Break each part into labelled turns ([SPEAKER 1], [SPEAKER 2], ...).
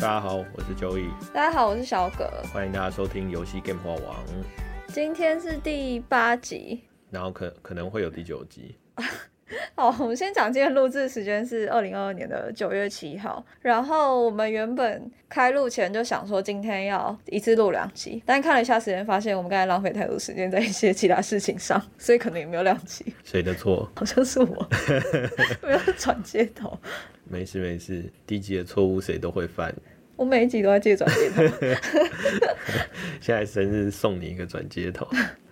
[SPEAKER 1] Hello，我是 Joey，
[SPEAKER 2] 大家好，我是小葛。
[SPEAKER 1] 欢迎大家收听游戏 Game 化王，
[SPEAKER 2] 今天是第八集。
[SPEAKER 1] 然后可可能会有第九集。
[SPEAKER 2] 好，哦我们先讲今天录制时间是二零二二年的九月七号。然后我们原本开录前就想说今天要一次录两集，但看了一下时间，发现我们刚才浪费太多时间在一些其他事情上，所以可能也没有两集。
[SPEAKER 1] 谁的错？
[SPEAKER 2] 好像是我， 不要转接头，
[SPEAKER 1] 没事没事，低级的错误谁都会犯。
[SPEAKER 2] 我每一集都在借转接头，
[SPEAKER 1] 现在生日送你一个转接头。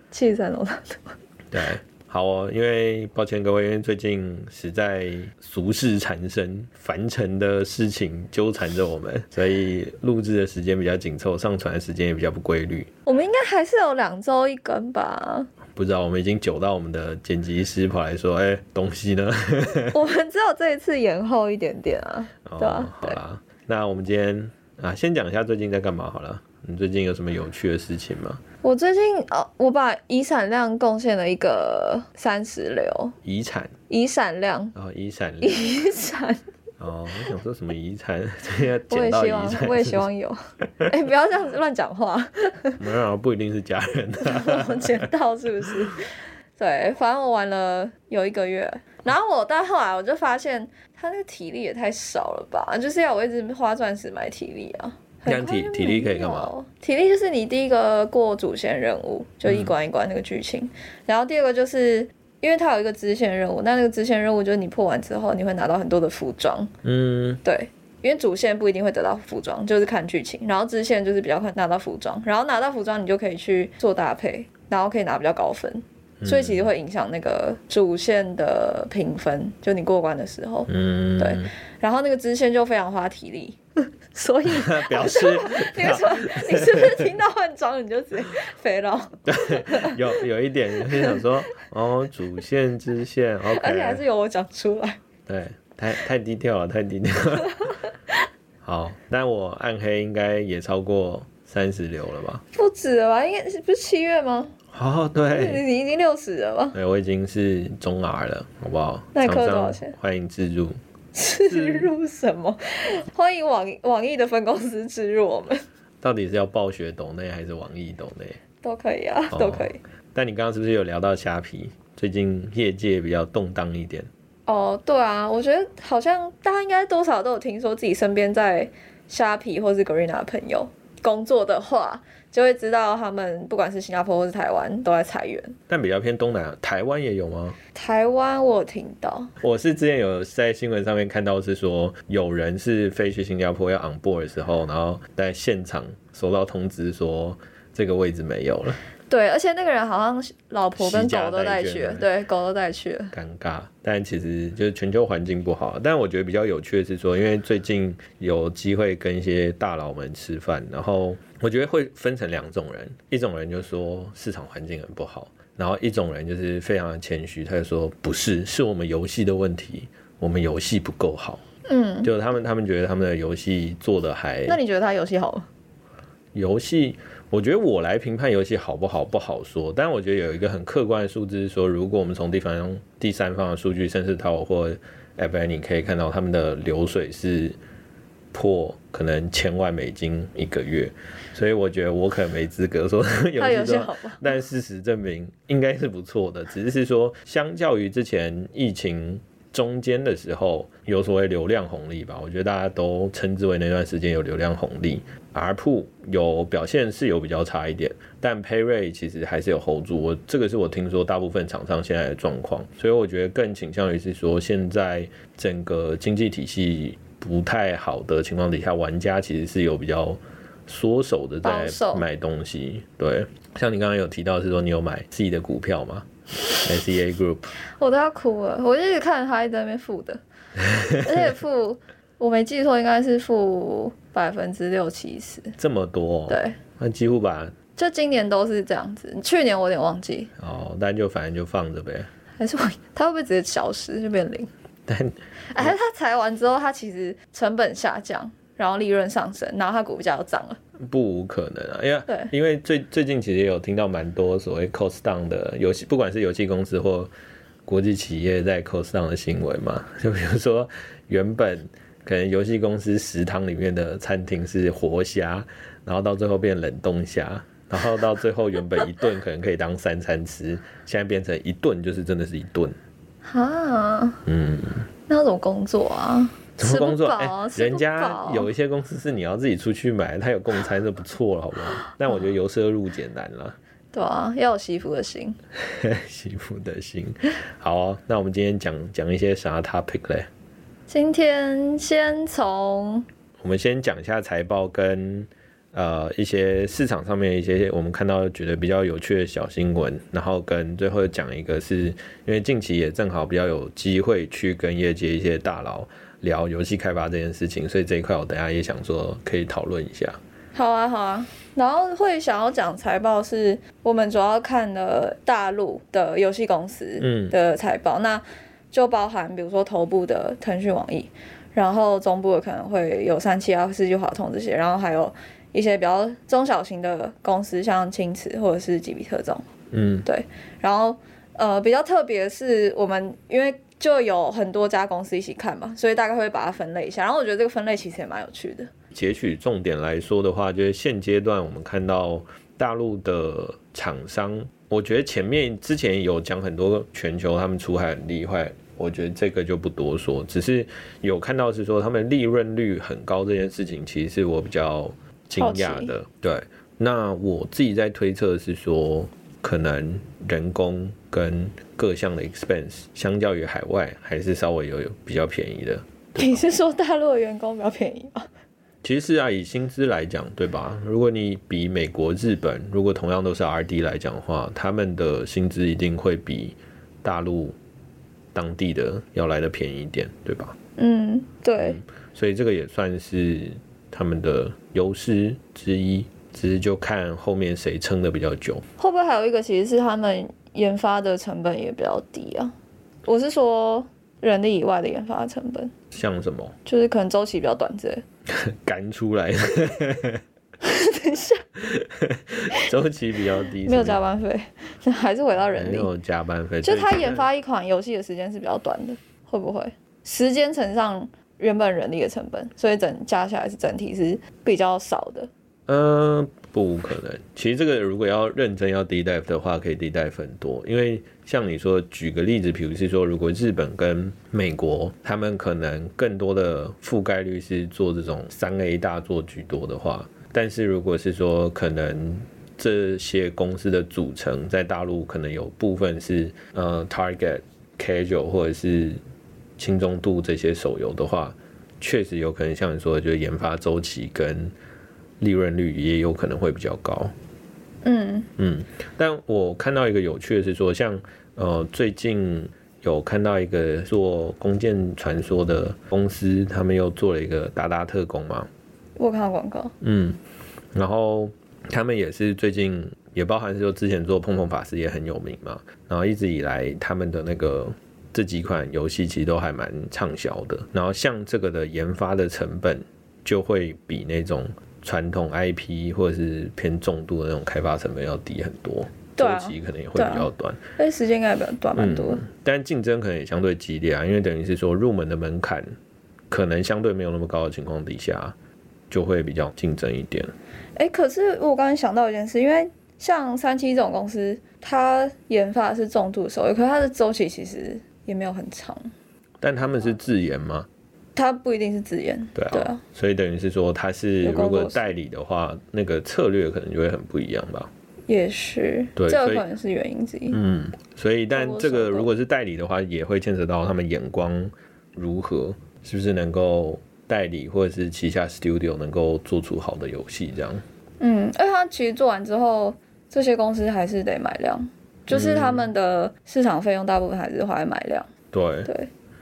[SPEAKER 2] 气三楼上头。
[SPEAKER 1] 对，好哦，因为抱歉各位，因为最近实在俗事缠身，凡尘的事情纠缠着我们，所以录制的时间比较紧凑，上传的时间也比较不规律。
[SPEAKER 2] 我们应该还是有两周一更吧？
[SPEAKER 1] 不知道我们已经久到我们的剪辑师跑来说：“哎、东西呢？”
[SPEAKER 2] 我们只有这一次延后一点点啊，
[SPEAKER 1] 哦
[SPEAKER 2] 对啊，
[SPEAKER 1] 好
[SPEAKER 2] 对。
[SPEAKER 1] 啦，那我们今天啊，先讲一下最近在干嘛好了。你最近有什么有趣的事情吗？
[SPEAKER 2] 我最近呃，我把遗产量贡献了一个三十流，
[SPEAKER 1] 遗产
[SPEAKER 2] 遗产量，
[SPEAKER 1] 哦，遗产类
[SPEAKER 2] 遗产，
[SPEAKER 1] 哦，我想说什么遗产？ 这要
[SPEAKER 2] 我
[SPEAKER 1] 捡
[SPEAKER 2] 也
[SPEAKER 1] 到
[SPEAKER 2] 希
[SPEAKER 1] 遗产，
[SPEAKER 2] 望，我也希望有。 哎、不要这样子乱讲话，
[SPEAKER 1] 没有啊，不一定是家人 的、
[SPEAKER 2] 我捡到是不 是？对，反正我玩了有一个月，然后我到后来我就发现，他那个体力也太少了吧，就是要我一直花钻石买体力啊。很
[SPEAKER 1] 那
[SPEAKER 2] 快
[SPEAKER 1] 体
[SPEAKER 2] 就
[SPEAKER 1] 体力可以
[SPEAKER 2] 没有
[SPEAKER 1] 干嘛？
[SPEAKER 2] 体力就是你第一个过主线任务，就一关一关那个剧
[SPEAKER 1] 嗯
[SPEAKER 2] 情，然后第二个就是。因为它有一个支线任务，那那个支线任务就是你破完之后，你会拿到很多的服装，
[SPEAKER 1] 嗯，
[SPEAKER 2] 对，因为主线不一定会得到服装，就是看剧情。然后支线就是比较快拿到服装，然后拿到服装你就可以去做搭配，然后可以拿比较高分，所以其实会影响那个主线的评分，就你过关的时候。
[SPEAKER 1] 嗯，
[SPEAKER 2] 对，然后那个支线就非常花体力， 所以
[SPEAKER 1] 表示
[SPEAKER 2] 那个时候你是不是听到换装你就直接飞到，
[SPEAKER 1] 有有一点，有些想说哦，主线支 线
[SPEAKER 2] 而且还是
[SPEAKER 1] ，OK，
[SPEAKER 2] 由我讲出来。
[SPEAKER 1] 对，太太低调了，太低调了。 好，但我暗黑应该也超过三十流了吧？
[SPEAKER 2] 不止了吧？应该是不是七月吗？
[SPEAKER 1] 哦，
[SPEAKER 2] 你
[SPEAKER 1] 对，
[SPEAKER 2] 你已经六十了吧？
[SPEAKER 1] 对，我已经是中 R 了，好不好？
[SPEAKER 2] 那你
[SPEAKER 1] 厂
[SPEAKER 2] 扣
[SPEAKER 1] 商
[SPEAKER 2] 多少钱
[SPEAKER 1] 欢迎自入。
[SPEAKER 2] 植入什么？ 欢迎网网易的分公司植入我们，
[SPEAKER 1] 到底是要暴雪抖内还是网易抖内？
[SPEAKER 2] 都可以啊，
[SPEAKER 1] 哦
[SPEAKER 2] 都可以。
[SPEAKER 1] 但你刚刚是不是有聊到虾皮？最近业界比较动荡一点，
[SPEAKER 2] 哦，对啊，我觉得好像大家应该多少都有听说自己身边在虾皮或是 Garena 的朋友工作的话，就会知道他们不管是新加坡或是台湾都在裁员。
[SPEAKER 1] 但比较偏东南亚，台湾也有吗？
[SPEAKER 2] 台湾我有听到，
[SPEAKER 1] 我是之前有在新闻上面看到，是说有人是飞去新加坡要 on board 的时候，然后在现场收到通知说这个位置没有了，
[SPEAKER 2] 对，而且那个人好像老婆跟
[SPEAKER 1] 惜
[SPEAKER 2] 狗
[SPEAKER 1] 家
[SPEAKER 2] 都
[SPEAKER 1] 带
[SPEAKER 2] 带
[SPEAKER 1] 眷
[SPEAKER 2] 去了
[SPEAKER 1] 对，
[SPEAKER 2] 对，狗都带去了。
[SPEAKER 1] 尴尬。但其实就是全球环境不好，但我觉得比较有趣的是说，因为最近有机会跟一些大佬们吃饭，然后我觉得会分成两种人，一种人就说市场环境很不好，然后一种人就是非常的谦虚，他就说不是，是我们游戏的问题，我们游戏不够好。
[SPEAKER 2] 嗯，
[SPEAKER 1] 就他们他们觉得他们的游戏做的还
[SPEAKER 2] 那你觉得他游戏好吗？
[SPEAKER 1] 游戏，我觉得我来评判游戏好不好不好说，但我觉得有一个很客观的数字是说，如果我们从地方第三方的数据，甚至淘或 App，Annie，你可以看到他们的流水是破可能千万美金一个月，所以我觉得我可能没资格说 游
[SPEAKER 2] 他游
[SPEAKER 1] 戏
[SPEAKER 2] 戏
[SPEAKER 1] 做
[SPEAKER 2] 好吗？
[SPEAKER 1] 但事实证明应该是不错的，只是说相较于之前疫情中间的时候有所谓流量红利吧，我觉得大家都称之为那段时间有流量红利。R 铺有表现是有比较差一点，但 Pay Rate 其实还是有 hold 住。我这个是我听说大部分厂商现在的状况，所以我觉得更倾向于是说现在整个经济体系不太好的情况底下，玩家其实是有比较缩手的在
[SPEAKER 2] 保守
[SPEAKER 1] 买东西。对，像你刚刚有提到是说你有买自己的股票吗？SEA Group
[SPEAKER 2] 我都要哭了，我一直看着他一直在那边 付的，而且付我没记错应该是付百分之六七十，
[SPEAKER 1] 这么多、哦，
[SPEAKER 2] 对，
[SPEAKER 1] 那几乎把
[SPEAKER 2] 就今年都是这样子，去年我有点忘记，
[SPEAKER 1] 哦，但就反正就放着呗。
[SPEAKER 2] 还是我他会不会直接消失就变零？
[SPEAKER 1] 但
[SPEAKER 2] 哎，还是他裁完之后，他其实成本下降，然后利润上升，然后他股价又涨了，
[SPEAKER 1] 不无可能啊，因为
[SPEAKER 2] 对
[SPEAKER 1] 因为最最近其实也有听到蛮多所谓 cost down 的游戏，不管是游戏公 司或国际企业在 cost down 的行为嘛，就比如说原本可能游戏公司食堂里面的餐厅是活虾，然后到最后变冷冻虾，然后到最后原本一顿可能可以当三餐吃，现在变成一顿就是真的是一顿。
[SPEAKER 2] 哈，
[SPEAKER 1] 嗯，
[SPEAKER 2] 那要怎么工作啊？
[SPEAKER 1] 什么工作？
[SPEAKER 2] 吃不
[SPEAKER 1] 哎、
[SPEAKER 2] 饱吃不
[SPEAKER 1] 人家
[SPEAKER 2] 饱
[SPEAKER 1] 有一些公司是你要自己出去买，它有供餐就不错了，好不好？但 我觉得由奢入俭难了。
[SPEAKER 2] 对啊，要有媳妇的心。
[SPEAKER 1] 媳妇的心，好啊、那我们今天讲讲一些啥 topic 嘞？
[SPEAKER 2] 今天先从
[SPEAKER 1] 我们先讲一下财报跟呃一些市场上面一些我们看到觉得比较有趣的小新闻，然后跟最后讲一个是因为近期也正好比较有机会去跟业界一些大佬聊游戏开发这件事情，所以这一块我等一下也想说可以讨论一下。
[SPEAKER 2] 好啊，好啊。然后会想要讲财报，是我们主要看了大陆的游戏公司
[SPEAKER 1] 嗯
[SPEAKER 2] 的财报，那就包含比如说头部的腾讯、网易，然后中部的可能会有三七啊、四季、华通这些，然后还有一些比较中小型的公司，像青瓷或者是吉比特这种。
[SPEAKER 1] 嗯
[SPEAKER 2] 然后呃，比较特别的是我们因为就有很多家公司一起看嘛，所以大概会把它分类一下。然后我觉得这个分类其实也蛮有趣的。
[SPEAKER 1] 截取重点来说的话，就是现阶段我们看到大陆的厂商，我觉得前面之前有讲很多全球他们出海很厉害，我觉得这个就不多说，只是有看到是说他们利润率很高这件事情，其实是我比较惊讶的。对，那我自己在推测是说，可能人工跟各项的 expense 相较于海外还是稍微有有比较便宜的。
[SPEAKER 2] 你是说大陆的员工比较便宜吗？
[SPEAKER 1] 其实啊，以薪资来讲，对吧？如果你比美国、日本，如果同样都是 R D 来讲的话，他们的薪资一定会比大陆当地的要来的便宜一点，对吧？
[SPEAKER 2] 嗯，对。
[SPEAKER 1] 所以这个也算是他们的优势之一，只是就看后面谁撑的比较久。
[SPEAKER 2] 会不会还有一个其实是他们研发的成本也比较低啊？我是说人力以外的研发成本，
[SPEAKER 1] 像什么
[SPEAKER 2] 就是可能周期比较短之类的。
[SPEAKER 1] 赶出来
[SPEAKER 2] 等一下，
[SPEAKER 1] 周期比较低，
[SPEAKER 2] 没有加班费，那还是回到人
[SPEAKER 1] 没
[SPEAKER 2] 力。
[SPEAKER 1] 有加班费，
[SPEAKER 2] 就他
[SPEAKER 1] 对
[SPEAKER 2] 研发一款游戏的时间是比较短的，会不会时间乘上原本人力的成本，所以整加起来是整体是比较少的。
[SPEAKER 1] 嗯，不可能。其实这个如果要认真要 deep dive 的话，可以 deep dive 很多，因为像你说，举个例子，比如是说，如果日本跟美国，他们可能更多的覆盖率是做这种三 A 大作居多的话，但是如果是说可能。这些公司的组成在大陆可能有部分是呃 Target、Casual 或者是轻中度这些手游的话，确实有可能像你说的，就是研发周期跟利润率也有可能会比较高。
[SPEAKER 2] 嗯，
[SPEAKER 1] 嗯，但我看到一个有趣的是说，像呃最近有看到一个做弓箭传说的公司，他们又做了一个达达特工嘛，
[SPEAKER 2] 我有看到广告，
[SPEAKER 1] 嗯，然后他们也是最近也包含是说之前做碰碰法师也很有名嘛，然后一直以来他们的那个这几款游戏其实都还蛮畅销的，然后像这个的研发的成本就会比那种传统 IP 或者是偏重度的那种开发成本要低很多，
[SPEAKER 2] 对啊
[SPEAKER 1] 周期嗯可能也会比较短。
[SPEAKER 2] 所以时间应该比较短蛮多的。
[SPEAKER 1] 但竞争可能也相对激烈啊，因为等于是说入门的门槛可能相对没有那么高的情况底下，就会比较竞争一点。
[SPEAKER 2] 哎、可是我刚刚想到一件事，因为像三七这种公司，它研发的是重度手游，可是它的周期其实也没有很长，
[SPEAKER 1] 但他们是自研吗？
[SPEAKER 2] 它不一定是自研。
[SPEAKER 1] 对啊，
[SPEAKER 2] 对啊，
[SPEAKER 1] 所以等于是说他是
[SPEAKER 2] 有工作
[SPEAKER 1] 如果
[SPEAKER 2] 室
[SPEAKER 1] 代理的话，那个策略可能就会很不一样吧。
[SPEAKER 2] 也是，
[SPEAKER 1] 对
[SPEAKER 2] 这
[SPEAKER 1] 所
[SPEAKER 2] 个
[SPEAKER 1] 以
[SPEAKER 2] 可能是原因之一。
[SPEAKER 1] 嗯，所以但
[SPEAKER 2] 工作
[SPEAKER 1] 这
[SPEAKER 2] 室
[SPEAKER 1] 个
[SPEAKER 2] 的
[SPEAKER 1] 如果是代理的话，也会牵扯到他们眼光如何，是不是能够代理或者是旗下 studio 能够做出好的游戏这样。
[SPEAKER 2] 嗯，而且它其实做完之后，这些公司还是得买量，就是他
[SPEAKER 1] 嗯
[SPEAKER 2] 们的市场费用大部分还是花在买量，
[SPEAKER 1] 对，
[SPEAKER 2] 对，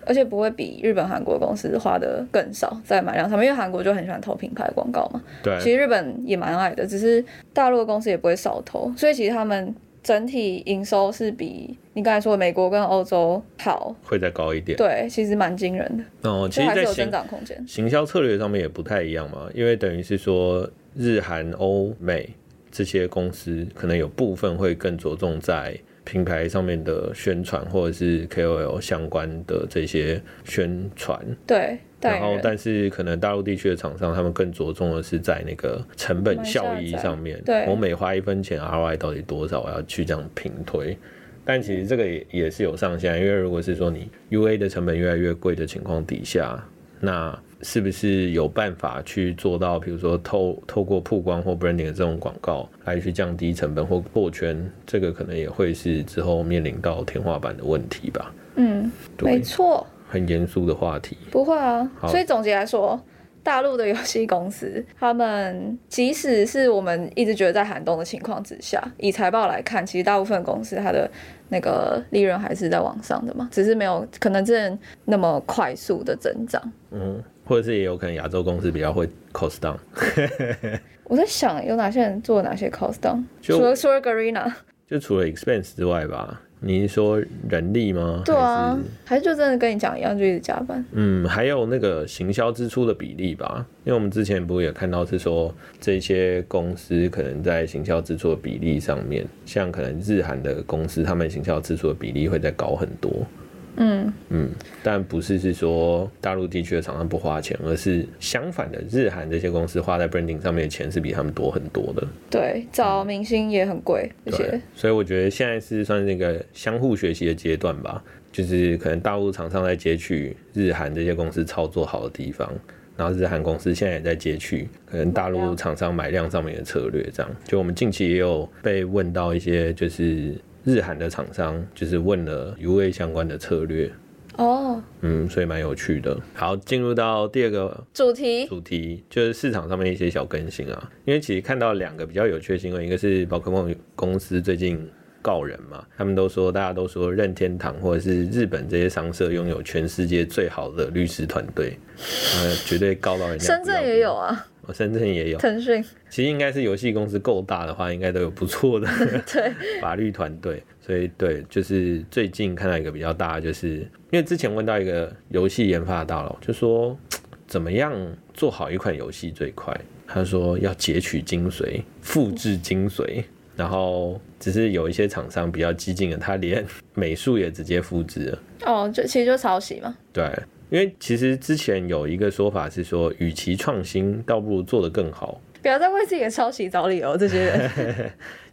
[SPEAKER 2] 而且不会比日本、韩国公司花的更少在买量上面，因为韩国就很喜欢投品牌广告嘛。其
[SPEAKER 1] 对，
[SPEAKER 2] 实日本也蛮爱的，只是大陆的公司也不会少投，所以其实他们整体营收是比你刚才说的美国跟欧洲好，
[SPEAKER 1] 会再高一点。
[SPEAKER 2] 对，其实蛮惊人的，
[SPEAKER 1] 哦，其
[SPEAKER 2] 就
[SPEAKER 1] 实，
[SPEAKER 2] 还
[SPEAKER 1] 在
[SPEAKER 2] 是有
[SPEAKER 1] 行
[SPEAKER 2] 增长空间。
[SPEAKER 1] 行销策略上面也不太一样嘛，因为等于是说日韩、欧美这些公司可能有部分会更着重在品牌上面的宣传或者是 KOL 相关的这些宣传，
[SPEAKER 2] 对，代
[SPEAKER 1] 然后
[SPEAKER 2] 人
[SPEAKER 1] 但是可能大陆地区的厂商他们更着重的是在那个成本效益上面，
[SPEAKER 2] 对
[SPEAKER 1] 我每花一分钱 ROI 到底多少，我要去这样平推。但其实这个也也是有上限，因为如果是说你 UA 的成本越来越贵的情况底下，那是不是有办法去做到，比如说透透过曝光或 branding 的这种广告来去降低成本或破圈？这个可能也会是之后面临到天花板的问题吧。
[SPEAKER 2] 嗯，没
[SPEAKER 1] 对，
[SPEAKER 2] 错，
[SPEAKER 1] 很严肃的话题。
[SPEAKER 2] 不会啊。
[SPEAKER 1] 好
[SPEAKER 2] 所以总结来说，大陆的游戏公司，他们即使是我们一直觉得在寒冬的情况之下，以财报来看，其实大部分公司它的那个利润还是在往上的嘛，只是没有可能之前那么快速的增长。
[SPEAKER 1] 嗯，或者是也有可能亚洲公司比较会 cost down。
[SPEAKER 2] 我在想有哪些人做哪些 cost down，
[SPEAKER 1] 就
[SPEAKER 2] 除了除了 Garena，
[SPEAKER 1] 就除了 expense 之外吧，你是说人力吗？
[SPEAKER 2] 对啊
[SPEAKER 1] 还是，
[SPEAKER 2] 还是就真的跟你讲一样，就一直加班。
[SPEAKER 1] 嗯，还有那个行销支出的比例吧，因为我们之前不是也看到是说这些公司可能在行销支出的比例上面，像可能日韩的公司，他们行销支出的比例会再高很多。
[SPEAKER 2] 嗯，
[SPEAKER 1] 嗯，但不是是说大陆地区的厂商不花钱，而是相反的，日韩这些公司花在 branding 上面的钱是比他们多很多的。
[SPEAKER 2] 对，找明星也很贵，这
[SPEAKER 1] 对
[SPEAKER 2] 些，
[SPEAKER 1] 所以我觉得现在是算是一个相互学习的阶段吧，就是可能大陆厂商在截取日韩这些公司操作好的地方，然后日韩公司现在也在截取可能大
[SPEAKER 2] 买
[SPEAKER 1] 陆
[SPEAKER 2] 量
[SPEAKER 1] 厂商买量上面的策略，这样。就我们近期也有被问到一些就是日韩的厂商，就是问了 UA 相关的策略，
[SPEAKER 2] 哦，
[SPEAKER 1] 嗯，所以蛮有趣的。好，进入到第二个
[SPEAKER 2] 主题
[SPEAKER 1] 主题，就是市场上面一些小更新啊。因为其实看到两个比较有趣的新闻，一个是宝可梦公司最近告人嘛，他们都说大家都说任天堂或者是日本这些商社拥有全世界最好的律师团队，呃，绝对告到人家。
[SPEAKER 2] 深圳也有，啊，
[SPEAKER 1] 哦、深圳也有。
[SPEAKER 2] 腾讯，
[SPEAKER 1] 其实应该是游戏公司够大的话，应该都有不错的
[SPEAKER 2] 对，
[SPEAKER 1] 法律团队，所以对，就是最近看到一个比较大的，就是因为之前问到一个游戏研发的大佬，就说怎么样做好一款游戏最快？他说要截取精髓，复制精髓，然后只是有一些厂商比较激进的，他连美术也直接复制了。
[SPEAKER 2] 哦，就其实就抄袭嘛，
[SPEAKER 1] 对，因为其实之前有一个说法是说，与其创新，倒不如做得更好。
[SPEAKER 2] 不要再为自己的抄袭找理由，这些人，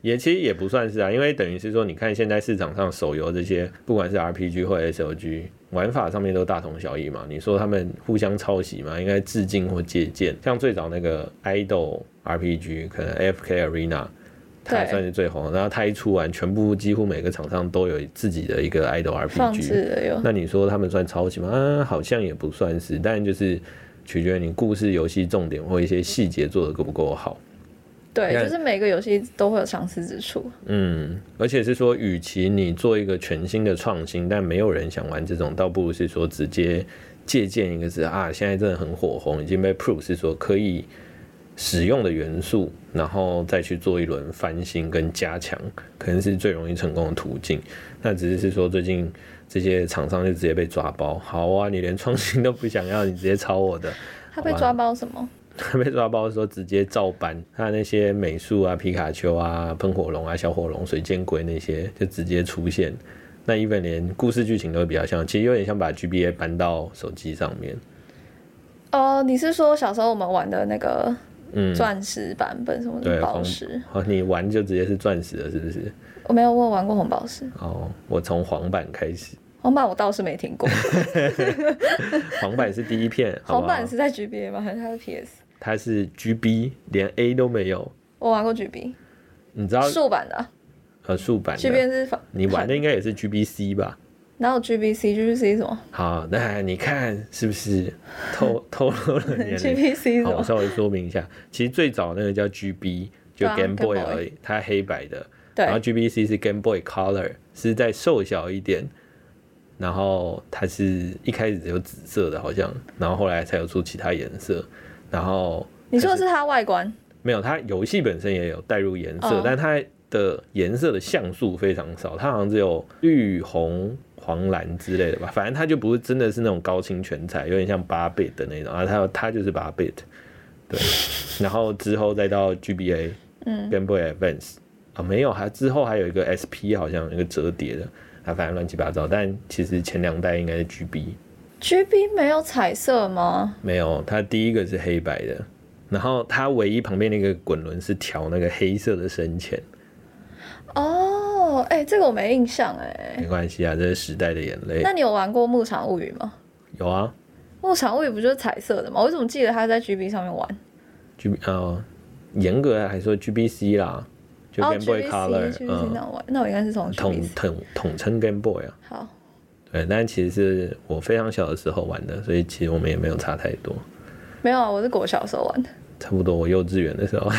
[SPEAKER 1] 也其实也不算是啊，因为等于是说，你看现在市场上手游这些，不管是 RPG 或 SLG，玩法上面都大同小异嘛。你说他们互相抄袭嘛，应该致敬或借鉴。像最早那个 idol RPG，可能 FK Arena。它还
[SPEAKER 2] 对
[SPEAKER 1] 算是最红的，然后它一出完，全部几乎每个厂商都有自己的一个 idol
[SPEAKER 2] 放
[SPEAKER 1] RPG，
[SPEAKER 2] 置了又，
[SPEAKER 1] 那你说他们算抄袭吗？啊，好像也不算是，但就是取决于你故事、游戏重点或一些细节做的够不够好。
[SPEAKER 2] 对，
[SPEAKER 1] 看
[SPEAKER 2] 就是每个游戏都会有相似之处，
[SPEAKER 1] 嗯，而且是说，与其你做一个全新的创新，但没有人想玩这种，倒不如是说直接借鉴一个是啊，现在真的很火红，已经被 prove 是说可以使用的元素，然后再去做一轮翻新跟加强，可能是最容易成功的途径。那只是是说，最近这些厂商就直接被抓包，好啊，你连创新都不想要，你直接抄我的，
[SPEAKER 2] 他被
[SPEAKER 1] 好吧
[SPEAKER 2] 抓包什么？
[SPEAKER 1] 他被抓包的时候直接照搬，他那些美术啊、皮卡丘啊、喷火龙啊、小火龙、水箭龟那些就直接出现。那 even 连故事剧情都会比较像，其实有点像把 GBA 搬到手机上面。
[SPEAKER 2] 哦，你是说小时候我们玩的那个
[SPEAKER 1] 嗯，
[SPEAKER 2] 钻石版本什么
[SPEAKER 1] 对
[SPEAKER 2] 的宝石？
[SPEAKER 1] 好，你玩就直接是钻石了，是不是？
[SPEAKER 2] 我没有，我有玩过红宝石，
[SPEAKER 1] 哦，我从黄版开始，
[SPEAKER 2] 红版我倒是没听过，
[SPEAKER 1] 黄版是第一片，好
[SPEAKER 2] 红
[SPEAKER 1] 不好
[SPEAKER 2] 版是在 GBA 吗？还是它是 PS？
[SPEAKER 1] 它是 GB，连 A 都没有。
[SPEAKER 2] 我玩过 GB
[SPEAKER 1] 你知道
[SPEAKER 2] 竖版的啊
[SPEAKER 1] 呃竖版的，
[SPEAKER 2] ，GB 是仿
[SPEAKER 1] 你玩的应该也是 GBC 吧？
[SPEAKER 2] 哪有 GBC？GBC 是什么
[SPEAKER 1] 好，那你看是不是透透露了年龄？
[SPEAKER 2] ？GBC 是什
[SPEAKER 1] 好，我
[SPEAKER 2] 么？
[SPEAKER 1] 稍微说明一下，其实最早那个叫 GB，就
[SPEAKER 2] 对啊
[SPEAKER 1] Game
[SPEAKER 2] Game
[SPEAKER 1] Boy
[SPEAKER 2] Boy
[SPEAKER 1] 而已，它黑白的。然后
[SPEAKER 2] 对，
[SPEAKER 1] GBC 是 Game Boy Color，是再瘦小一点，然后它是一开始只有紫色的，好像，然后后来才有出其他颜色。然后
[SPEAKER 2] 你说
[SPEAKER 1] 它
[SPEAKER 2] 的是它外观
[SPEAKER 1] 没有，它游戏本身也有带入颜色，
[SPEAKER 2] 哦
[SPEAKER 1] 但它的颜色的像素非常少，它好像只有绿、红、黄、蓝之类的吧。反正它就不是真的是那种高清全彩，有点像八 bit 的那种啊。它它就是八 bit，对。然后之后再到 GBA，
[SPEAKER 2] 嗯
[SPEAKER 1] ，Game Boy Advance 啊、没有，还之后还有一个 SP，好像有一个折叠的，啊，反正乱七八糟。但其实前两代应该是 GB。
[SPEAKER 2] GB 没有彩色吗？
[SPEAKER 1] 没有，它第一个是黑白的，然后它唯一旁边那个滚轮是调那个黑色的深浅，
[SPEAKER 2] 哦，哎、这个我没印象哎。
[SPEAKER 1] 没关系啊，这是时代的眼泪
[SPEAKER 2] 那。你有玩过《牧场物语》吗？
[SPEAKER 1] 有啊
[SPEAKER 2] 《牧场物语》不就是彩色的吗？我怎么记得它在 GB 上面玩？
[SPEAKER 1] ，G B 呃，严格还说 G B C 啦，就
[SPEAKER 2] 哦
[SPEAKER 1] Game Boy Color，、
[SPEAKER 2] ，GBC
[SPEAKER 1] 嗯，
[SPEAKER 2] 那玩，那我应该是从
[SPEAKER 1] 统
[SPEAKER 2] GBC。
[SPEAKER 1] 统统称 Game Boy 啊。
[SPEAKER 2] 好，
[SPEAKER 1] 对，但其实是我非常小的时候玩的，所以其实我们也没有差太多，
[SPEAKER 2] 没有啊，我是国小时候玩的，
[SPEAKER 1] 差不多我幼稚园的时候。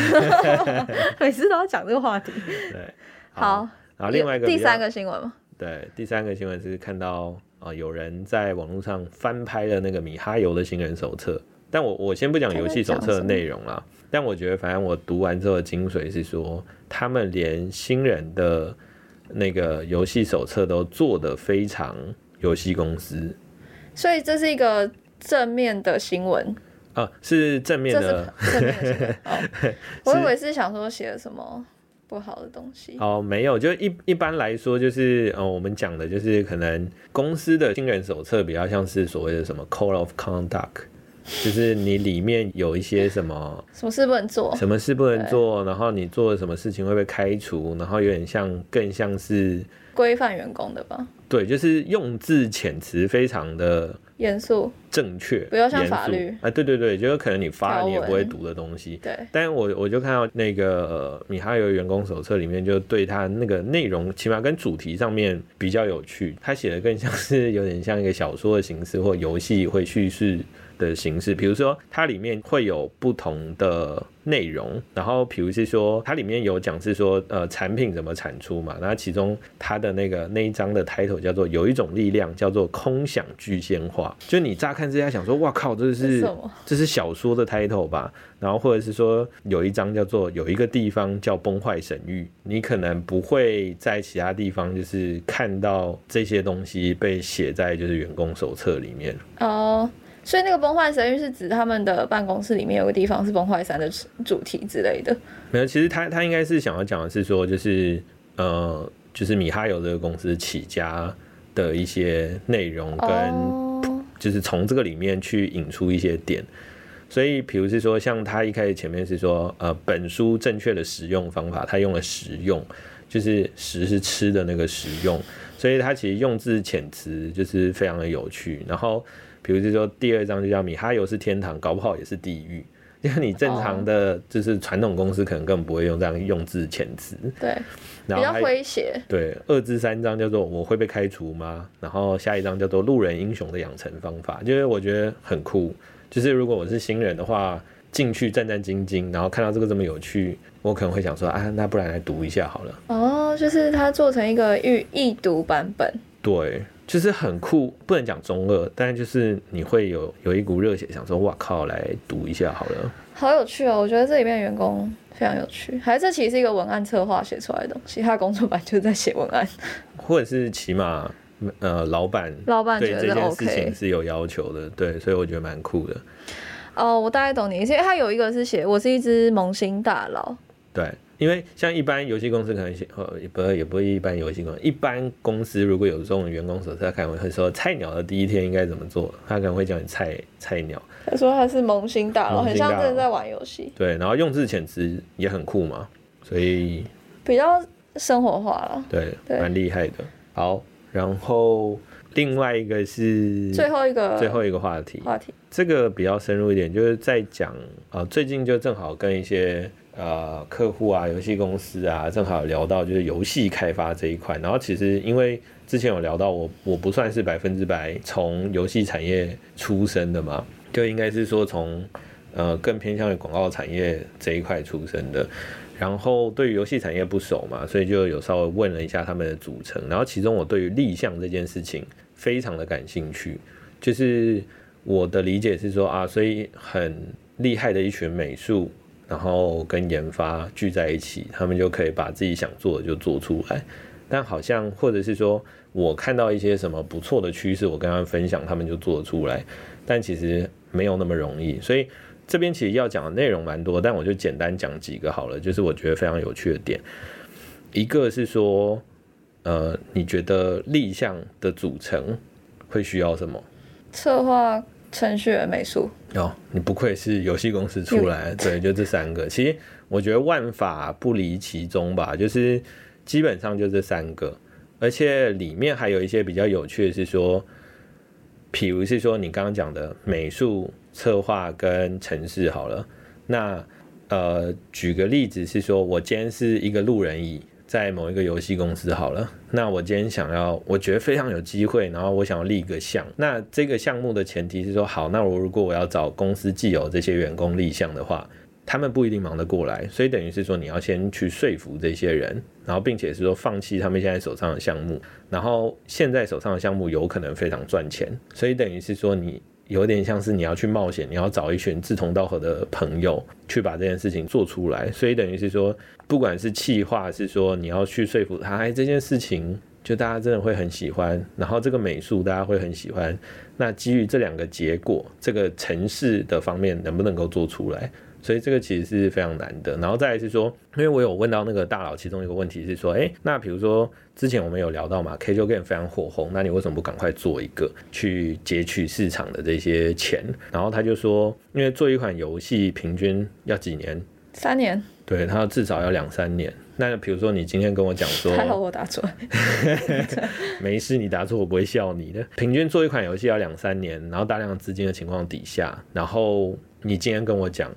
[SPEAKER 2] 每次都要讲这个话题。
[SPEAKER 1] 对，
[SPEAKER 2] 好，
[SPEAKER 1] 然后另外一个
[SPEAKER 2] 第
[SPEAKER 1] 比较
[SPEAKER 2] 三个新闻吗？
[SPEAKER 1] 对，第三个新闻是看到啊、呃有人在网络上翻拍了那个米哈游的新人手册，但我我先不讲游戏手册的内容啦，但我觉得反正我读完之后的精髓是说，他们连新人的那个游戏手册都做得非常游戏公司
[SPEAKER 2] 所以这是一个正面的新闻，
[SPEAKER 1] 啊、是正面
[SPEAKER 2] 这
[SPEAKER 1] 的
[SPEAKER 2] 是正面的 新闻。哦，我以为是想说写了什么不好的东西。
[SPEAKER 1] 哦，没有，就一一般来说，就是呃，我们讲的就是可能公司的新人手册比较像是所谓的什么 Code of Conduct，就是你里面有一些什么
[SPEAKER 2] 什么事不能做？
[SPEAKER 1] 什么事不能做，然后你做了什么事情会被开除，然后有点像更像是
[SPEAKER 2] 规范员工的吧，
[SPEAKER 1] 对，就是用字遣词非常的
[SPEAKER 2] 严肃。
[SPEAKER 1] 正确，
[SPEAKER 2] 不要像
[SPEAKER 1] 严肃
[SPEAKER 2] 法律
[SPEAKER 1] 啊，对对对，就是可能你发
[SPEAKER 2] 条
[SPEAKER 1] 了
[SPEAKER 2] 文
[SPEAKER 1] 你也不会读的东西。
[SPEAKER 2] 对，
[SPEAKER 1] 但我我就看到那个呃米哈游员工手册里面，就对他那个内容，起码跟主题上面比较有趣。他写的更像是有点像一个小说的形式或游戏会叙事的形式。比如说，它里面会有不同的内容，然后比如是说，它里面有讲是说呃产品怎么产出嘛，那其中它的那个那一章的 title 叫做有一种力量叫做空想具现化，就你乍看之下想说，哇靠，这
[SPEAKER 2] 这是
[SPEAKER 1] 是
[SPEAKER 2] 什么
[SPEAKER 1] 这是小说的 title 吧？然后或者是说有一章叫做有一个地方叫崩坏神域，你可能不会在其他地方就是看到这些东西被写在就是员工手册里面。
[SPEAKER 2] 哦、所以那个崩坏神域是指他们的办公室里面有个地方是崩坏三的主题之类的。
[SPEAKER 1] 没有，其实他他应该是想要讲的是说，就是呃，就是米哈游这个公司起家的一些内容跟
[SPEAKER 2] 哦，
[SPEAKER 1] 就是从这个里面去引出一些点。所以，比如是说，像他一开始前面是说，呃，本书正确的食用方法，他用了食用，就是食是吃的那个食用，所以他其实用字遣词就是非常的有趣。然后，比如是说第二章就叫米哈游是天堂，搞不好也是地狱。 就是你正常的，就是传统公司可能根本不会用这样用字遣词，
[SPEAKER 2] 对，
[SPEAKER 1] 然后
[SPEAKER 2] 比较
[SPEAKER 1] 还
[SPEAKER 2] 诙谐。
[SPEAKER 1] 对，二至三章叫做我会被开除吗？然后下一章叫做路人英雄的养成方法，就是我觉得很酷。就是如果我是新人的话，进去战战兢兢，然后看到这个这么有趣，我可能会想说啊，那不然来读一下好了。
[SPEAKER 2] 哦、就是它做成一个预易读版本。
[SPEAKER 1] 对，就是很酷，不能讲中二，但就是你会有有一股热血，想说哇靠，来读一下好了。
[SPEAKER 2] 好有趣哦！我觉得这里面的员工非常有趣，还是这其实是一个文案策划写出来的东西，他的工作版就是在写文案，
[SPEAKER 1] 或者是起码呃，老板
[SPEAKER 2] 老板
[SPEAKER 1] 对
[SPEAKER 2] 觉
[SPEAKER 1] 这
[SPEAKER 2] 得
[SPEAKER 1] 件事情
[SPEAKER 2] OK。
[SPEAKER 1] 是有要求的，对，所以我觉得蛮酷的。
[SPEAKER 2] 哦，我大概懂你，因为他有一个是写我是一只萌新大佬，
[SPEAKER 1] 对，因为像一般游戏公司可能写呃也不也不会一般游戏公司，一般公司如果有这种员工手册，他可能会说菜鸟的第一天应该怎么做，他可能会叫你菜菜鸟，
[SPEAKER 2] 他说他是萌新大佬，
[SPEAKER 1] 萌
[SPEAKER 2] 很
[SPEAKER 1] 新大
[SPEAKER 2] 像
[SPEAKER 1] 佬
[SPEAKER 2] 真的在玩游戏，
[SPEAKER 1] 对，然后用字遣词也很酷嘛，所以
[SPEAKER 2] 比较生活化了。
[SPEAKER 1] 对
[SPEAKER 2] 对
[SPEAKER 1] 蛮厉害的。好，然后另外一个是
[SPEAKER 2] 最后一个
[SPEAKER 1] 嗯最后一个话题，
[SPEAKER 2] 话题，
[SPEAKER 1] 这个比较深入一点，就是在讲啊、呃最近就正好跟一些呃客户啊、游戏公司啊，正好聊到就是游戏开发这一块。然后其实因为之前有聊到我，我不算是百分之百从游戏产业出身的嘛，就应该是说从呃更偏向于广告产业这一块出身的。然后对于游戏产业不熟嘛，所以就有稍微问了一下他们的组成。然后其中我对于立项这件事情非常的感兴趣，就是我的理解是说啊，所以很厉害的一群美术，然后跟研发聚在一起，他们就可以把自己想做的就做出来。但好像或者是说我看到一些什么不错的趋势，我跟他们分享，他们就做得出来。但其实没有那么容易，所以这边其实要讲的内容蛮多，但我就简单讲几个好了，就是我觉得非常有趣的点。一个是说，呃，你觉得立项的组成会需要什么？
[SPEAKER 2] 策划、程序员、美术。
[SPEAKER 1] 哦，你不愧是游戏公司出来的，对，就这三个。其实我觉得万法不离其宗吧，就是基本上就这三个，而且里面还有一些比较有趣的是说，比如是说你刚刚讲的美术策划跟城市好了，那呃，举个例子是说，我今天是一个路人乙，在某一个游戏公司好了，那我今天想要，我觉得非常有机会，然后我想要立一个项。那这个项目的前提是说，好，那我如果我要找公司既有这些员工立项的话，他们不一定忙得过来，所以等于是说，你要先去说服这些人，然后并且是说放弃他们现在手上的项目，然后现在手上的项目有可能非常赚钱，所以等于是说你。有点像是你要去冒险，你要找一群志同道合的朋友去把这件事情做出来。所以等于是说，不管是气话，是说你要去说服他，哎，这件事情就大家真的会很喜欢，然后这个美术大家会很喜欢。那基于这两个结果，这个城市的方面能不能够做出来？所以这个其实是非常难的。然后再来是说，因为我有问到那个大佬，其中一个问题是说，哎，那比如说之前我们有聊到嘛，K 就 Game 非常火红，那你为什么不赶快做一个去截取市场的这些钱？然后他就说，因为做一款游戏平均要几年？
[SPEAKER 2] 三年，
[SPEAKER 1] 对，他要至少要两三年。那比如说你今天跟我讲 说，
[SPEAKER 2] 还好我答错。
[SPEAKER 1] 没事，你答错我不会笑你的。平均做一款游戏要两三年，然后大量资金的情况底下，然后你今天跟我讲，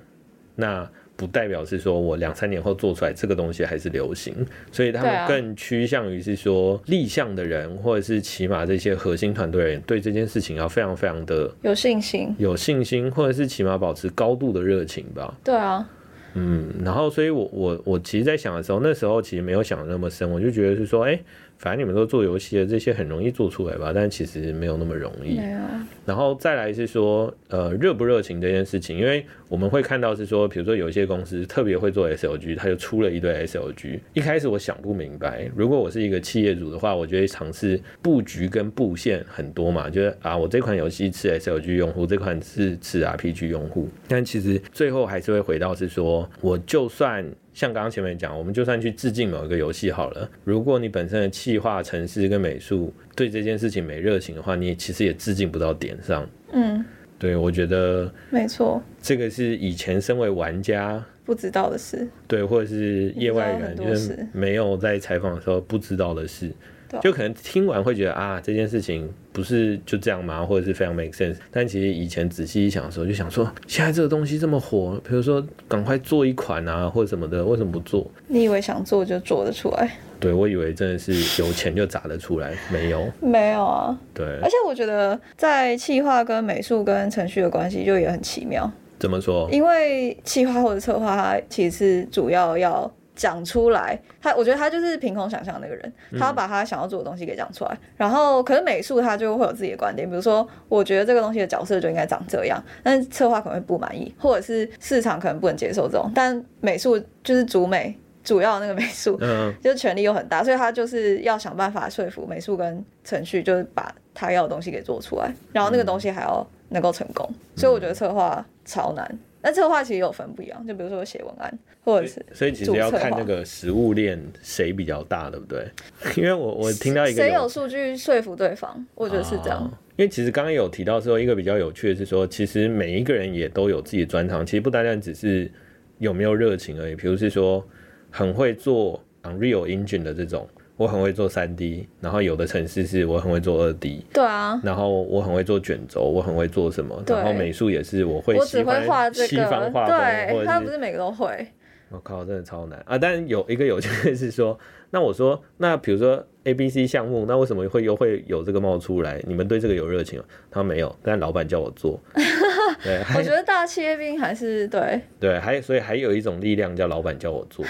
[SPEAKER 1] 那不代表是说我两三年后做出来这个东西还是流行，所以他
[SPEAKER 2] 对
[SPEAKER 1] 们
[SPEAKER 2] 啊
[SPEAKER 1] 更趋向于是说立项的人，或者是起码这些核心团队人对这件事情要非常非常的
[SPEAKER 2] 有信心。
[SPEAKER 1] 有信心，或者是起码保持高度的热情吧。
[SPEAKER 2] 对啊，
[SPEAKER 1] 嗯，然后所以我，我我其实，在想的时候，那时候其实没有想的那么深，我就觉得是说，哎，反正你们都做游戏的，这些很容易做出来吧，但其实没有那么容易。
[SPEAKER 2] 没有。
[SPEAKER 1] 然后再来是说，呃，热不热情这件事情，因为我们会看到是说，比如说有一些公司特别会做 SLG，它就出了一堆 SLG。一开始我想不明白，如果我是一个企业主的话，我就会尝试布局跟布线很多嘛，就是啊，我这款游戏是 SLG 用户，这款是是 RPG 用户，但其实最后还是会回到是说，我就算像刚刚前面讲，我们就算去致敬某一个游戏好了，如果你本身的企划、城市跟美术对这件事情没热情的话，你其实也致敬不到点上。
[SPEAKER 2] 嗯，
[SPEAKER 1] 对我觉得
[SPEAKER 2] 没错，
[SPEAKER 1] 这个是以前身为玩家。
[SPEAKER 2] 不知道的事。
[SPEAKER 1] 对，或者是业外
[SPEAKER 2] 啊
[SPEAKER 1] 人，
[SPEAKER 2] 你知道很多
[SPEAKER 1] 就是
[SPEAKER 2] 事
[SPEAKER 1] 没有在采访的时候不知道的事
[SPEAKER 2] 对，啊
[SPEAKER 1] 就可能听完会觉得啊，这件事情不是就这样吗？或者是非常 make sense。但其实以前仔细一想的时候，就想说，现在这个东西这么火，比如说赶快做一款啊，或者什么的，为什么不做？
[SPEAKER 2] 你以为想做就做得出来？
[SPEAKER 1] 对我以为真的是有钱就砸得出来，没有。
[SPEAKER 2] 没有啊。
[SPEAKER 1] 对
[SPEAKER 2] 而，且我觉得在企划跟美术跟程序的关系就也很奇妙，
[SPEAKER 1] 怎么说？
[SPEAKER 2] 因为企划或者策划，它其实是主要要讲出来。他我觉得他就是凭空想象那个人，他要把他想要做的东西给讲出来。然后，可是美术他就会有自己的观点，比如说，我觉得这个东西的角色就应该长这样，但是策划可能会不满意，或者是市场可能不能接受这种。但美术就是主美主要的那个美术，
[SPEAKER 1] 嗯，
[SPEAKER 2] 就是权力又很大，所以他就是要想办法说服美术跟程序，就是把他要的东西给做出来，
[SPEAKER 1] 嗯
[SPEAKER 2] 然后那个东西还要能够成功。所以我觉得策划超难。那策划其实有分不一样，就比如说写文案，或者是
[SPEAKER 1] 所以其
[SPEAKER 2] 主
[SPEAKER 1] 实要
[SPEAKER 2] 策
[SPEAKER 1] 看
[SPEAKER 2] 划
[SPEAKER 1] 那个食物链谁比较大，对不对？ 因为我我听到一个
[SPEAKER 2] 谁有数据说服对方，我觉得是这样。
[SPEAKER 1] 哦因为其实刚刚有提到说，一个比较有趣的是说，其实每一个人也都有自己的专长，其实不单单只是有没有热情而已。比如是说，很会做 Unreal Engine 的这种，我很会做3 D，然后有的城市是我很会做2 D，
[SPEAKER 2] 对 啊，
[SPEAKER 1] 然后我很会做卷轴，我很会做什么，
[SPEAKER 2] 对
[SPEAKER 1] 然后美术也是我会
[SPEAKER 2] 我
[SPEAKER 1] 喜
[SPEAKER 2] 只会画
[SPEAKER 1] 欢
[SPEAKER 2] 这
[SPEAKER 1] 西方
[SPEAKER 2] 个，
[SPEAKER 1] 画风，或
[SPEAKER 2] 对，
[SPEAKER 1] 者
[SPEAKER 2] 他不是每个都 会。
[SPEAKER 1] 我靠，真的超难啊！但有一个有趣的是说，那我说， 那比如说 A、B、C 项目，那为什么会又会有这个冒出来？你们对这个有热情吗？他没有，但老板叫我 做。对，
[SPEAKER 2] 我
[SPEAKER 1] 还
[SPEAKER 2] 觉得大企业兵还是对，
[SPEAKER 1] 对，还所以还有一种力量叫老板叫我做，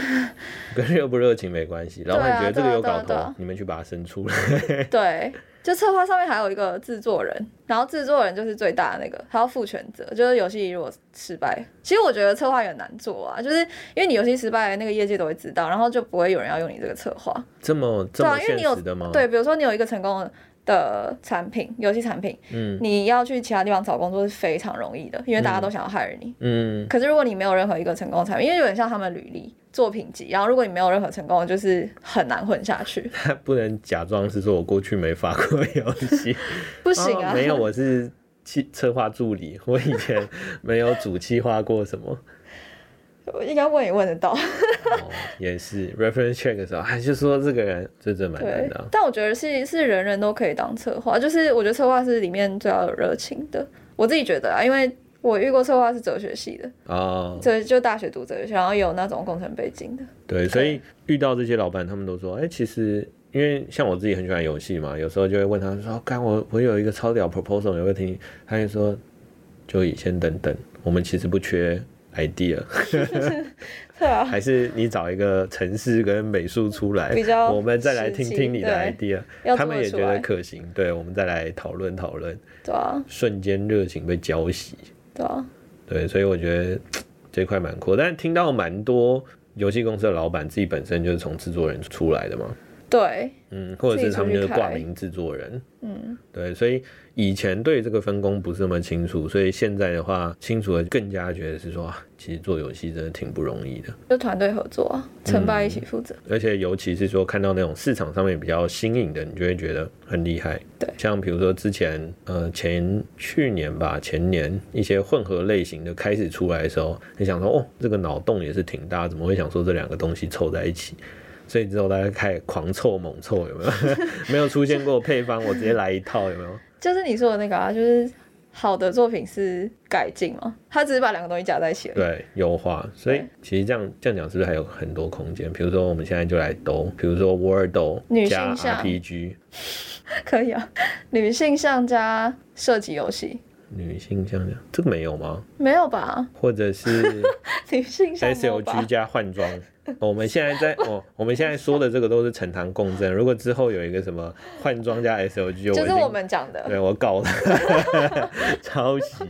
[SPEAKER 1] 跟热不热情没关系。老板觉得这个有搞头，
[SPEAKER 2] 对啊对啊对啊
[SPEAKER 1] 你们去把它生出来。
[SPEAKER 2] 对，就策划上面还有一个制作人，然后制作人就是最大的那个，还要负全责。就是游戏如果失败，其实我觉得策划也很难做啊，就是因为你游戏失败，那个业界都会知道，然后就不会有人要用你这个策划。
[SPEAKER 1] 这么这
[SPEAKER 2] 对啊
[SPEAKER 1] 么
[SPEAKER 2] 因为
[SPEAKER 1] 现
[SPEAKER 2] 你有
[SPEAKER 1] 实的吗？
[SPEAKER 2] 对，比如说你有一个成功的产品，游戏产品，
[SPEAKER 1] 嗯
[SPEAKER 2] 你要去其他地方找工作是非常容易的，因为大家都想要害你。
[SPEAKER 1] 嗯，
[SPEAKER 2] 可是如果你没有任何一个成功的产品，因为有点像他们履历、作品集，然后如果你没有任何成功，就是很难混下去，
[SPEAKER 1] 他不能假装是说我过去没发过游戏，
[SPEAKER 2] 不行啊。
[SPEAKER 1] 哦哦没有，我是企策划助理，我以前没有主企划过什么。
[SPEAKER 2] 我 应该问也问得到。
[SPEAKER 1] 哦，也是 reference check 的时候，还是说这个人这真的蛮难
[SPEAKER 2] 对
[SPEAKER 1] 的啊、，
[SPEAKER 2] 但我觉得是是人人都可以当策划，就是我觉得策划是里面最要有热情的。我自己觉得啊，因为我遇过策划是哲学系的，
[SPEAKER 1] 哦，
[SPEAKER 2] 所以就大学读哲学系，然后也有那种工程背景的。
[SPEAKER 1] 对，所以遇到这些老板，他们都说，哎、其实因为像我自己很喜欢游戏嘛，有时候就会问他说，干我我有一个超屌 proposal，你会听？他就说，就以先等等，我们其实不缺 idea，
[SPEAKER 2] 对 啊，
[SPEAKER 1] 还是你找一个城市跟美术出来，
[SPEAKER 2] 比较
[SPEAKER 1] 我们再来听
[SPEAKER 2] 实际
[SPEAKER 1] 听你的
[SPEAKER 2] 对
[SPEAKER 1] idea，
[SPEAKER 2] 要
[SPEAKER 1] 他
[SPEAKER 2] 做
[SPEAKER 1] 们
[SPEAKER 2] 得
[SPEAKER 1] 也
[SPEAKER 2] 出
[SPEAKER 1] 觉得
[SPEAKER 2] 来。
[SPEAKER 1] 可行，对，我们再来讨论讨论，
[SPEAKER 2] 对啊，
[SPEAKER 1] 瞬间热情被浇熄。
[SPEAKER 2] 对啊，
[SPEAKER 1] 对，所以我觉得这块蛮酷，但是听到蛮多游戏公司的老板自己本身就是从制作人出来的嘛，
[SPEAKER 2] 对，
[SPEAKER 1] 嗯，或者是他们就是挂名制作人，
[SPEAKER 2] 嗯，
[SPEAKER 1] 对，所以以前对这个分工不是那么清楚，所以现在的话清楚的更加觉得是说，啊其实做游戏真的挺不容易的，
[SPEAKER 2] 就团队合作啊，成败一起负责。
[SPEAKER 1] 而且尤其是说看到那种市场上面比较新颖的，你就会觉得很厉害。
[SPEAKER 2] 对
[SPEAKER 1] 像比如说之前呃前去年吧，前年一些混合类型的开始出来的时候，你想说哦，这个脑洞也是挺大，怎么会想说这两个东西凑在一起？所以之后大家开始狂凑猛凑，有没 有？没有出现过配方，我直接来一套，有没有？
[SPEAKER 2] 就是你说的那个啊，就是好的作品是改进嘛，他只是把两个东西加在一起而已。
[SPEAKER 1] 对，优化。所以
[SPEAKER 2] 对
[SPEAKER 1] 其实这样这样讲，是不是还有很多空间？比如说我们现在就来兜，比如说 Word 斗
[SPEAKER 2] 女性
[SPEAKER 1] 加
[SPEAKER 2] 向
[SPEAKER 1] RPG，
[SPEAKER 2] 可以啊，女性向加射击游戏
[SPEAKER 1] 女性向的这个没有吗？
[SPEAKER 2] 没有吧？
[SPEAKER 1] 或者是
[SPEAKER 2] 女性向
[SPEAKER 1] S
[SPEAKER 2] 没有
[SPEAKER 1] L
[SPEAKER 2] 吧
[SPEAKER 1] G 加换装。我们现在在哦，我们现在说的这个都是呈堂共振。如果之后有一个什么换装加 S L G，我一
[SPEAKER 2] 就是
[SPEAKER 1] 定
[SPEAKER 2] 我们讲的，
[SPEAKER 1] 对我搞了 抄袭。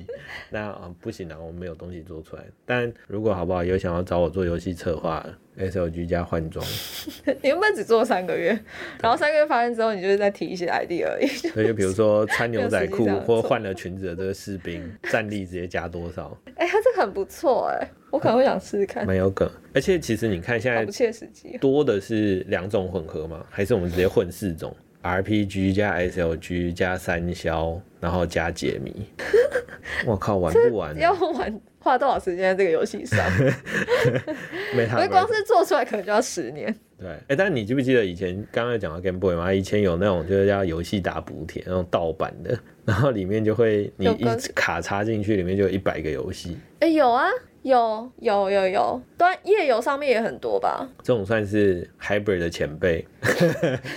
[SPEAKER 1] 那、啊不行啊，我们没有东西做出来。但如果好不好，有想要找我做游戏策划，S L G 加换装，
[SPEAKER 2] 你原本只做三个月，然后三个月发现之后，你就是在提一些 ID 而已。
[SPEAKER 1] 所以就比如说穿牛仔裤
[SPEAKER 2] 没有实际上
[SPEAKER 1] 或
[SPEAKER 2] 做
[SPEAKER 1] 换了裙子的这个士兵，战力直接加多少，
[SPEAKER 2] 哎、他这个很不错哎、我可能会想试试看，
[SPEAKER 1] 蛮有梗。而且其实你看现
[SPEAKER 2] 好
[SPEAKER 1] 在
[SPEAKER 2] 不切实际哦。
[SPEAKER 1] 多的是两种混合吗？还是我们直接混四种？RPG 加 SLG 加三消，然后加解谜。我靠，玩不完
[SPEAKER 2] 哦
[SPEAKER 1] 欸
[SPEAKER 2] 要玩花多少时间在这个 游戏上？
[SPEAKER 1] 没
[SPEAKER 2] 因
[SPEAKER 1] 他
[SPEAKER 2] 为光是做出来可能就要十年。
[SPEAKER 1] 对，哎、但你记不记得以前刚刚有讲到 Game Boy 嘛？以前有那种就是叫游戏打补贴，那种盗版的，然后里面就会你
[SPEAKER 2] 有
[SPEAKER 1] 一
[SPEAKER 2] 跟
[SPEAKER 1] 卡插进去，里面就有一百个游戏。
[SPEAKER 2] 哎、有啊，有有有有，端夜游上面也很多吧？
[SPEAKER 1] 这种算是 Hybrid 的前辈，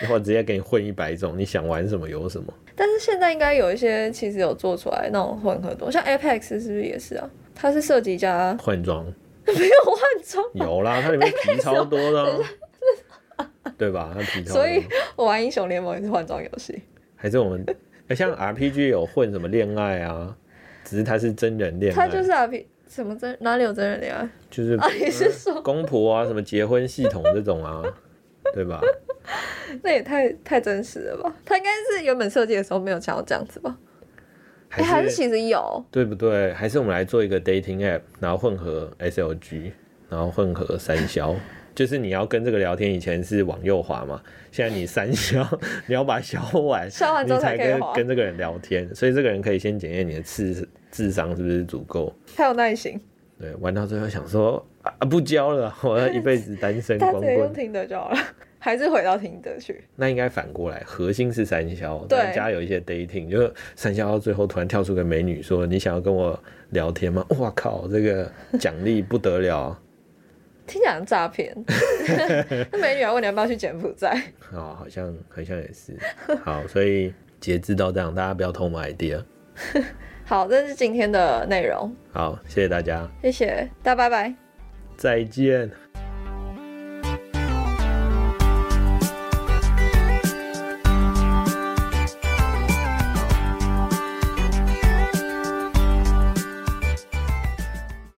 [SPEAKER 1] 然后直接给你混一百种，你想玩什么有什么。
[SPEAKER 2] 但是现在应该有一些其实有做出来那种混合多，像 Apex 是不是也是啊？它是涉及加
[SPEAKER 1] 换装
[SPEAKER 2] 没有换装，
[SPEAKER 1] 有啦，它里面皮超多的 啊、对吧？它皮超多
[SPEAKER 2] 所，以我玩英雄联盟也是换装游戏。
[SPEAKER 1] 还是我们哎像 RPG 有混什么恋爱啊，只是它是真人恋爱，
[SPEAKER 2] 他就是啊，比什么真哪里有真人恋爱？
[SPEAKER 1] 就是
[SPEAKER 2] 啊，你是说
[SPEAKER 1] 公婆啊，什么结婚系统这种啊，对吧？
[SPEAKER 2] 那也太太真实了吧？他应该是原本设计的时候没有想要这样子吧？哎、还
[SPEAKER 1] 还
[SPEAKER 2] 是
[SPEAKER 1] 是
[SPEAKER 2] 其实有，
[SPEAKER 1] 对不对？还是我们来做一个 dating app，然后混合 SLG，然后混合三消。就是你要跟这个聊天，以前是往右滑嘛，现在你三消， 你要把消完，
[SPEAKER 2] 消完之
[SPEAKER 1] 你
[SPEAKER 2] 后
[SPEAKER 1] 才
[SPEAKER 2] 才可以
[SPEAKER 1] 跟
[SPEAKER 2] 滑
[SPEAKER 1] 跟这个人聊天，所以这个人可以先检验你的智智商是不是足够。
[SPEAKER 2] 他有耐心，
[SPEAKER 1] 对，玩到最后想说啊啊不交了，我要一辈子单身
[SPEAKER 2] 他
[SPEAKER 1] 光
[SPEAKER 2] 直接用
[SPEAKER 1] 棍。
[SPEAKER 2] 听得就好了，还是回到听得去。
[SPEAKER 1] 那应该反过来，核心是三消，
[SPEAKER 2] 对
[SPEAKER 1] 但加有一些 dating，就是三消到最后突然跳出个美女说你想要跟我聊天吗？ 哇靠，这个奖励不得了 啊！
[SPEAKER 2] 听起来很诈骗。那美女还问你要不要去柬埔寨？
[SPEAKER 1] 哦，好像好像也是。好，所以截至到这样，大家不要偷我们 idea。
[SPEAKER 2] 好，这是今天的内容，
[SPEAKER 1] 好，谢谢大家，
[SPEAKER 2] 谢谢，大家拜拜。
[SPEAKER 1] 再见。